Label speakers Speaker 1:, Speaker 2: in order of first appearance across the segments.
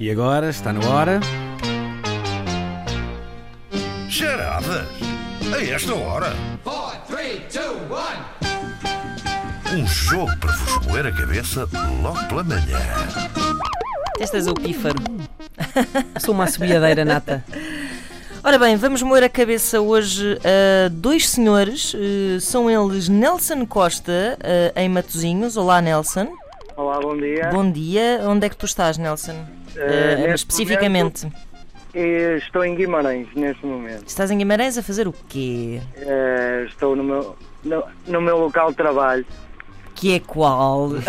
Speaker 1: E agora está na hora.
Speaker 2: Charadas? A esta hora?
Speaker 3: four, three, two, one.
Speaker 2: Um jogo para vos moer a cabeça logo pela manhã.
Speaker 4: Testas o pífaro.
Speaker 5: Sou uma assobiadeira nata.
Speaker 4: Ora bem, vamos moer a cabeça hoje a dois senhores. eh, são eles Nelson Costa, eh, em Matozinhos. Olá, Nelson.
Speaker 6: Olá, bom dia.
Speaker 4: Bom dia. Onde é que tu estás, Nelson? Eh,
Speaker 6: neste
Speaker 4: especificamente.
Speaker 6: Eh, Estou em Guimarães neste momento.
Speaker 4: Estás em Guimarães a fazer o quê?
Speaker 6: Eh, estou no meu, no, no meu local de trabalho.
Speaker 4: Que é qual?
Speaker 6: Eh,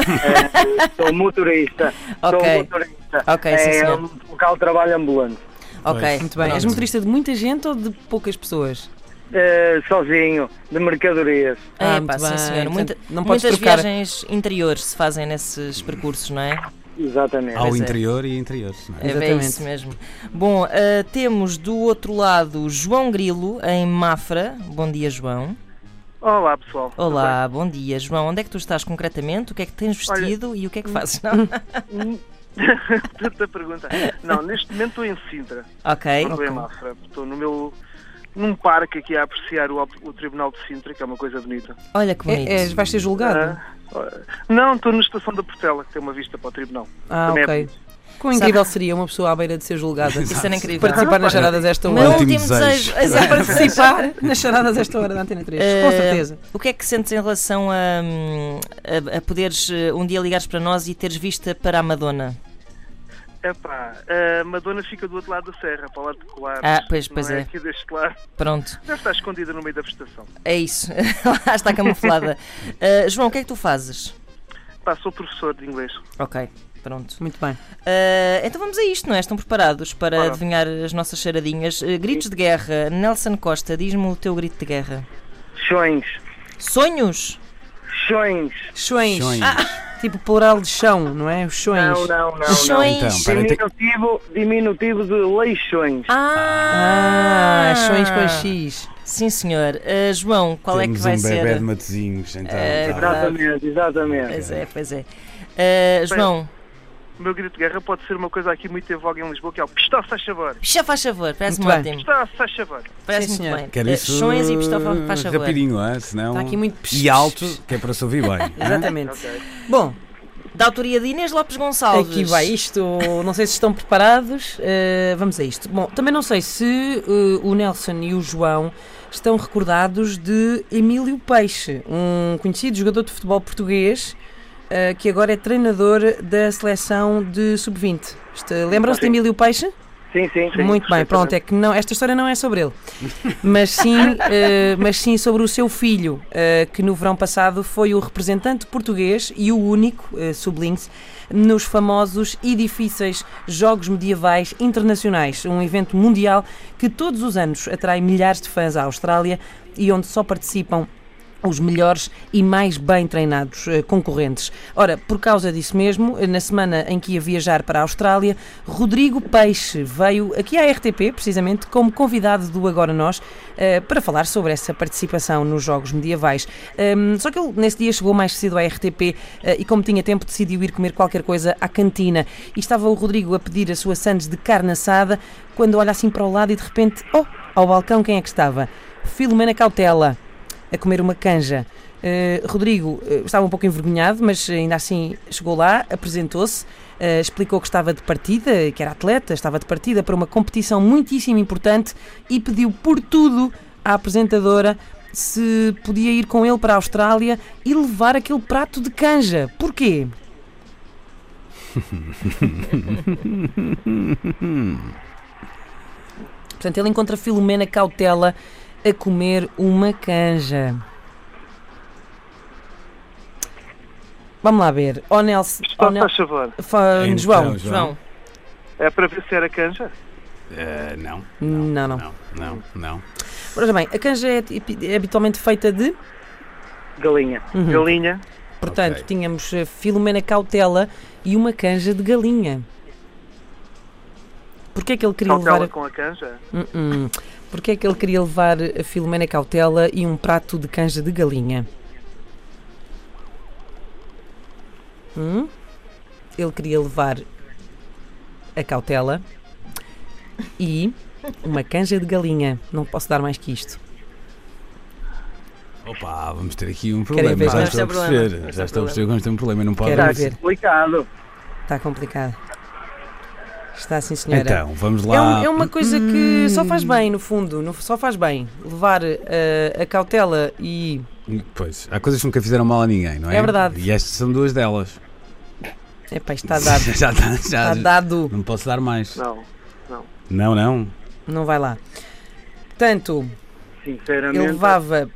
Speaker 6: sou motorista.
Speaker 4: Ok.
Speaker 6: Sou motorista.
Speaker 4: Ok, sim,
Speaker 6: é
Speaker 4: senhor.
Speaker 6: um local de trabalho ambulante.
Speaker 4: ok.
Speaker 5: Muito bem. És
Speaker 4: pronto.
Speaker 5: motorista de muita gente ou de poucas pessoas?
Speaker 6: Eh, sozinho, de mercadorias.
Speaker 4: É,
Speaker 5: Ah,
Speaker 4: pá,
Speaker 5: muito
Speaker 4: sim,
Speaker 5: bem.
Speaker 4: senhor. Muita-
Speaker 5: Portanto, não podes
Speaker 4: muitas
Speaker 5: trocar.
Speaker 4: viagens interiores se fazem nesses percursos, não é?
Speaker 6: Exatamente.
Speaker 1: Ao
Speaker 4: é.
Speaker 1: interior e interiores. não é?
Speaker 4: É bem
Speaker 5: Exatamente.
Speaker 4: isso mesmo. Bom, eh, temos do outro lado João Grilo, em Mafra. Bom dia, João.
Speaker 6: Olá, pessoal.
Speaker 4: Olá, bom dia, João. Onde é que tu estás concretamente? O que é que tens
Speaker 7: Olha- hum.
Speaker 4: vestido e o que é que fazes? Não?
Speaker 7: Tanta pergunta. Não, neste momento estou em Sintra,
Speaker 4: ok.
Speaker 7: não estou em Mafra. Estou no meu. num parque aqui a apreciar o, alto- o Tribunal de Sintra, que é uma coisa bonita.
Speaker 4: Olha que bonito.
Speaker 5: É, é, vais ser julgado?
Speaker 7: Ah, não, estou na Estação da Portela, que tem uma vista para o Tribunal.
Speaker 5: Ah,
Speaker 7: também é
Speaker 5: ok.
Speaker 7: bonito.
Speaker 5: Quão incrível seria uma pessoa à beira de ser julgada?
Speaker 4: Isso era incrível.
Speaker 5: Participar nas charadas esta
Speaker 4: Meu
Speaker 5: hora.
Speaker 1: Último
Speaker 4: último desejo.
Speaker 5: é
Speaker 1: desejo.
Speaker 4: Exato.
Speaker 5: Participar nas charadas esta hora da Antena 3, com
Speaker 4: Eh,
Speaker 5: certeza.
Speaker 4: O que é que sentes em relação a, hum, a, a poderes eh, um dia ligares para nós e teres vista para a Madonna?
Speaker 7: Epá, a Madonna fica do outro lado da serra, para o lado de Colares.
Speaker 4: Ah, pois-
Speaker 7: Não
Speaker 4: pois é.
Speaker 7: Aqui deste lado.
Speaker 4: Pronto,
Speaker 7: Deve estar escondida no meio da vegetação.
Speaker 4: é isso. Lá está camuflada. Eh, João, o que é que tu fazes?
Speaker 7: Pá, sou professor de inglês.
Speaker 4: Ok, pronto.
Speaker 5: Muito bem.
Speaker 4: Ah, então vamos a isto, não é? Estão preparados para
Speaker 7: Claro.
Speaker 4: adivinhar as nossas charadinhas? Ah, gritos de guerra. Nelson Costa, diz-me o teu grito de guerra.
Speaker 6: Chões.
Speaker 4: Sonhos?
Speaker 6: Chões.
Speaker 5: Chões.
Speaker 1: Chões.
Speaker 4: ah,
Speaker 5: Tipo plural de chão, não é? Os chões.
Speaker 6: Não, não, não.
Speaker 4: Chões.
Speaker 1: Então,
Speaker 6: não.
Speaker 1: peraí, te-
Speaker 6: Diminutivo, diminutivo de leixões.
Speaker 4: Ah,
Speaker 5: Ah, chões com X.
Speaker 4: Sim, senhor. Ah, João, qual é que
Speaker 1: temos
Speaker 4: vai
Speaker 1: um
Speaker 4: ser?
Speaker 1: bebê de matezinhos, então.
Speaker 4: É,
Speaker 1: tá.
Speaker 6: Exatamente,
Speaker 4: verdade.
Speaker 6: exatamente.
Speaker 4: Pois é, pois é. Ah, João,
Speaker 7: O meu grito de guerra pode ser uma coisa aqui muito em voga em Lisboa, que é o pistofa a chavor.
Speaker 4: já faz favor, parece-me
Speaker 5: Muito
Speaker 4: ótimo.
Speaker 7: Pistofa a chavor.
Speaker 4: Parece
Speaker 5: Sim,
Speaker 4: muito
Speaker 5: senhor.
Speaker 4: bem.
Speaker 1: Quero
Speaker 4: Ah,
Speaker 1: isso
Speaker 4: Sonhos e pistofa, faz favor. Tá
Speaker 1: Rapidinho, hã? senão...
Speaker 5: Está aqui muito
Speaker 1: E alto, que é para se ouvir bem. hã?
Speaker 5: Exatamente. Bom,
Speaker 4: Da autoria de Inês Lopes Gonçalves.
Speaker 5: Aqui vai isto, não sei se estão preparados, eh, vamos a isto. Bom, também não sei se eh, o Nelson e o João estão recordados de Emílio Peixe, um conhecido jogador de futebol português eh, que agora é treinador da seleção de sub-20. Este- Lembram-se de Emílio Peixe?
Speaker 6: Sim, sim.
Speaker 5: Muito bem, pronto, é que não, esta história não é sobre ele, mas sim, eh, mas sim sobre o seu filho, eh, que no verão passado foi o representante português e o único, eh, sublinhe-se, nos famosos e difíceis Jogos Medievais Internacionais, um evento mundial que todos os anos atrai milhares de fãs à Austrália e onde só participam os melhores e mais bem treinados eh, concorrentes. Ora, por causa disso mesmo, eh, na semana em que ia viajar para a Austrália, Rodrigo Peixe veio aqui à RTP, precisamente, como convidado do Agora Nós, eh, para falar sobre essa participação nos Jogos Medievais. Ehm, Só que ele, nesse dia, chegou mais cedo à RTP eh, e, como tinha tempo, decidiu ir comer qualquer coisa à cantina. E estava o Rodrigo a pedir a sua sandes de carne assada, quando olha assim para o lado e, de repente, oh, ao balcão quem é que estava? Filomena Cautela a comer uma canja. Eh, Rodrigo eh, estava um pouco envergonhado, mas eh, ainda assim chegou lá, apresentou-se, eh, explicou que estava de partida, eh, que era atleta, estava de partida para uma competição muitíssimo importante e pediu por tudo à apresentadora se podia ir com ele para a Austrália e levar aquele prato de canja. Porquê? Portanto, ele encontra Filomena Cautela a comer uma canja. Vamos lá ver. Ó Nelson, ó
Speaker 7: Pistofa
Speaker 5: Nel-
Speaker 7: a chavor.
Speaker 5: fa-
Speaker 1: Então,
Speaker 5: João.
Speaker 4: João,
Speaker 7: É para ver se era canja?
Speaker 1: Eh, não,
Speaker 5: Não, não.
Speaker 1: não, não, não.
Speaker 5: Ora bem, a canja é, tipi- é habitualmente feita de.
Speaker 6: Galinha.
Speaker 4: Uhum.
Speaker 7: Galinha.
Speaker 5: Portanto,
Speaker 1: Ok.
Speaker 5: tínhamos eh, Filomena Cautela e uma canja de galinha. Porquê é que ele queria
Speaker 7: Cautela
Speaker 5: levar.
Speaker 7: com a canja?
Speaker 5: Hum, hum. Porquê é que ele queria levar a Filomena Cautela e um prato de canja de galinha? Hum? Ele queria levar a cautela e uma canja de galinha. Não posso dar mais que isto.
Speaker 1: Opa, vamos ter aqui um
Speaker 5: Querem
Speaker 1: problema.
Speaker 5: ver?
Speaker 1: Já
Speaker 4: Vamos
Speaker 1: estou a
Speaker 4: ter problema.
Speaker 1: perceber.
Speaker 4: Vamos
Speaker 1: Já estou a
Speaker 4: ter problema.
Speaker 1: perceber que vamos ter um problema e não pode
Speaker 5: Quero
Speaker 1: haver.
Speaker 5: ver.
Speaker 6: Complicado.
Speaker 5: Está complicado. Está sim, senhora.
Speaker 1: Então, vamos
Speaker 5: É, um-
Speaker 1: lá. Hum.
Speaker 5: é uma coisa que só faz bem, no fundo. no- só faz bem. Levar eh, a cautela e.
Speaker 1: Pois, há coisas que nunca fizeram mal a ninguém, não é?
Speaker 5: É verdade.
Speaker 1: E estas são duas delas.
Speaker 5: Epá,
Speaker 4: É
Speaker 5: isto está dado.
Speaker 1: já está, já.
Speaker 5: Está dado.
Speaker 1: Não posso dar mais.
Speaker 7: Não.
Speaker 1: Não, não.
Speaker 5: Não vai lá. Portanto, eu
Speaker 7: Sinceramente.
Speaker 5: levava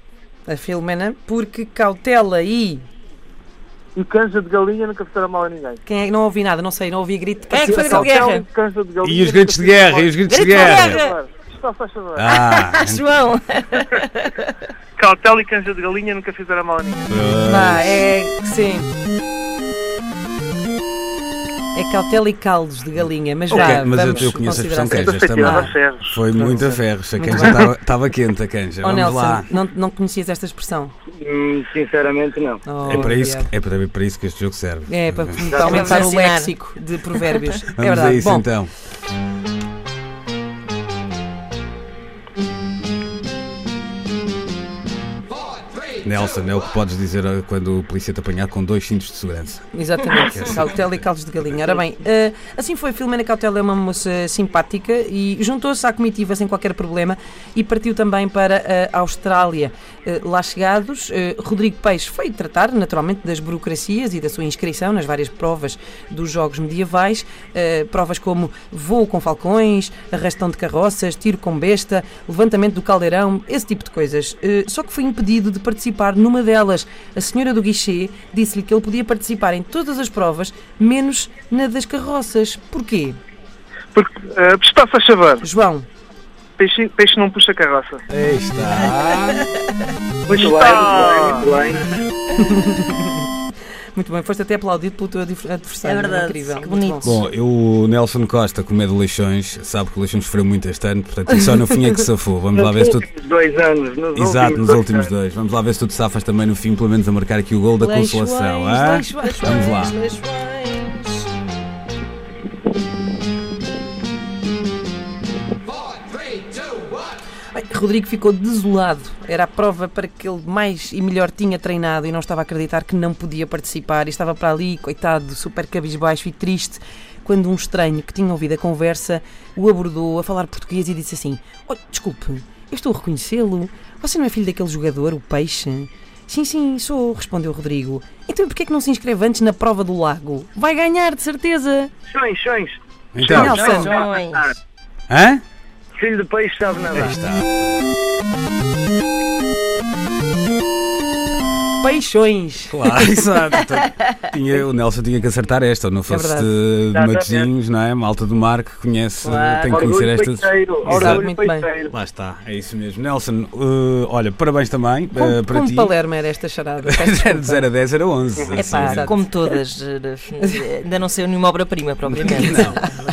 Speaker 5: a Filomena porque cautela e.
Speaker 7: E canja de galinha nunca fizeram mal a ninguém.
Speaker 5: Quem é que não ouvi nada? Não sei, não ouvi grito. Quem é que foi
Speaker 4: Cautela.
Speaker 5: grito de guerra?
Speaker 7: Canja de galinha.
Speaker 1: E os gritos de guerra, e os gritos de
Speaker 4: Grito de
Speaker 1: guerra.
Speaker 4: guerra!
Speaker 7: Está-se a chorar.
Speaker 1: Ah,
Speaker 4: João!
Speaker 7: Cautela e canja de galinha nunca fizeram mal a ninguém.
Speaker 5: Vá, é. Sim. É cautela e caldos de galinha, mas
Speaker 1: Ok,
Speaker 5: vá,
Speaker 1: mas eu-
Speaker 5: vamos
Speaker 1: eu conheço a
Speaker 5: considerar
Speaker 1: expressão
Speaker 5: certo.
Speaker 1: queijo. Esta
Speaker 7: Chateada
Speaker 1: merda.
Speaker 7: a ferros.
Speaker 1: foi muito a ferros. A canja
Speaker 5: bem.
Speaker 1: estava- estava quente, a canja.
Speaker 5: Oh,
Speaker 1: Vamos
Speaker 5: Nelson,
Speaker 1: lá.
Speaker 5: não, não conhecias esta expressão?
Speaker 6: Hum, sinceramente, não.
Speaker 5: Oh,
Speaker 1: É para, isso,
Speaker 5: obrigado.
Speaker 1: que- é para, para isso que este jogo serve.
Speaker 5: É, para, para aumentar o léxico de provérbios. é
Speaker 1: Vamos
Speaker 5: verdade.
Speaker 1: a isso
Speaker 5: Bom,
Speaker 1: então. Nelson, é o que podes dizer eh, quando o polícia te apanhar com dois cintos de segurança.
Speaker 5: Exatamente, cautela e caldos de galinha. Ora bem, eh, assim foi, Filomena Cautela é uma moça simpática e juntou-se à comitiva sem qualquer problema e partiu também para a Austrália. Eh, lá chegados, eh, Rodrigo Peixe foi tratar, naturalmente, das burocracias e da sua inscrição nas várias provas dos Jogos Medievais, eh, provas como voo com falcões, arrastão de carroças, tiro com besta, levantamento do caldeirão, esse tipo de coisas. Eh, Só que foi impedido de participar numa delas. A senhora do guichê disse-lhe que ele podia participar em todas as provas, menos na das carroças. Porquê?
Speaker 7: Porque eh, está-se a chavar.
Speaker 5: João,
Speaker 7: Peixe, peixe não puxa carroça.
Speaker 1: Aí está.
Speaker 6: Muito
Speaker 7: é
Speaker 6: bem, muito bem, muito bem.
Speaker 5: muito bem, foste até aplaudido pelo teu adver- adversário.
Speaker 4: É verdade,
Speaker 5: incrível.
Speaker 4: que
Speaker 5: muito
Speaker 4: bonito.
Speaker 5: bom.
Speaker 1: Bom, eu, o Nelson Costa, como é de Leixões, sabe que o Leixões sofreu muito este ano, portanto, e só no fim é que safou. Vamos lá ver se tu.
Speaker 6: Nos dois anos, nos
Speaker 1: Exato,
Speaker 6: últimos
Speaker 1: nos últimos dois. Vamos lá ver se tu te safas também no fim, pelo menos a marcar aqui o gol da consolação.
Speaker 5: Leixões,
Speaker 1: hã?
Speaker 5: Leixões,
Speaker 1: Vamos lá.
Speaker 5: Leixões.
Speaker 3: Four, three, two, one.
Speaker 5: Ai, Rodrigo ficou desolado. Era a prova para que ele mais e melhor tinha treinado e não estava a acreditar que não podia participar. E estava para ali, coitado, super cabisbaixo e triste, quando um estranho que tinha ouvido a conversa o abordou a falar português e disse assim: oh, Desculpe, eu estou a reconhecê-lo. Você não é filho daquele jogador, o Peixe? Sim, sim, sou, respondeu Rodrigo. Então porquê é que não se inscreve antes na prova do lago? Vai ganhar, de certeza.
Speaker 6: Chões, chões.
Speaker 1: Então,
Speaker 5: Nelson.
Speaker 4: João!
Speaker 1: hã?
Speaker 6: Filho de peixe sabe
Speaker 1: É.
Speaker 6: nadar.
Speaker 5: Peixões.
Speaker 1: Claro, exato. Então, tinha- o Nelson tinha que acertar esta, ou não fosse
Speaker 5: É verdade.
Speaker 1: de, de
Speaker 6: Exatamente.
Speaker 1: Matosinhos, não é? Malta do mar que conhece,
Speaker 5: Claro.
Speaker 1: tem que conhecer
Speaker 6: Orgulho
Speaker 1: estas.
Speaker 6: peiteiro,
Speaker 5: Exato,
Speaker 6: orgulho
Speaker 5: muito bem.
Speaker 6: peiteiro.
Speaker 1: Lá está, é isso mesmo. Nelson, eh, olha, parabéns também eh,
Speaker 5: Como,
Speaker 1: para
Speaker 5: como
Speaker 1: ti.
Speaker 5: Palermo era esta charada? Peço
Speaker 1: Era de
Speaker 5: desculpa.
Speaker 1: 0 a 10 era 11.
Speaker 5: É
Speaker 1: assim.
Speaker 5: pá,
Speaker 4: Como todas, eh, ainda não saiu nenhuma obra-prima, propriamente.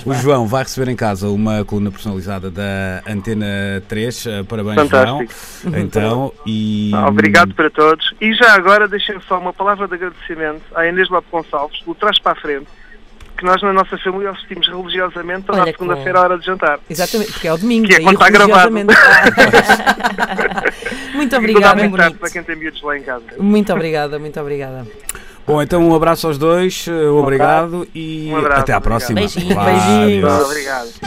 Speaker 1: O João vai receber em casa uma coluna personalizada da Antena 3. eh, Parabéns,
Speaker 7: Fantástico. Ah,
Speaker 1: João. Então, e.
Speaker 7: Obrigado para todos. E já agora deixem só uma palavra de agradecimento à Inês Lopes Gonçalves, pelo Trás para a Frente, que nós na nossa família assistimos religiosamente toda
Speaker 4: Olha
Speaker 7: a
Speaker 4: que
Speaker 7: segunda-feira à hora de jantar.
Speaker 5: Exatamente, porque é o domingo.
Speaker 7: Que é
Speaker 5: e
Speaker 7: quando está gravado.
Speaker 5: religiosamente. muito
Speaker 7: Toda a
Speaker 5: obrigada, é
Speaker 7: boa tarde
Speaker 5: bonito.
Speaker 7: para quem tem miúdos lá em casa.
Speaker 5: Muito obrigada, muito obrigada.
Speaker 1: Bom, então um abraço aos dois, eh, obrigado e
Speaker 7: Um abraço,
Speaker 1: até à próxima.
Speaker 4: obrigado. Beijinhos.
Speaker 1: Claro.
Speaker 5: Beijinhos.
Speaker 7: Obrigado.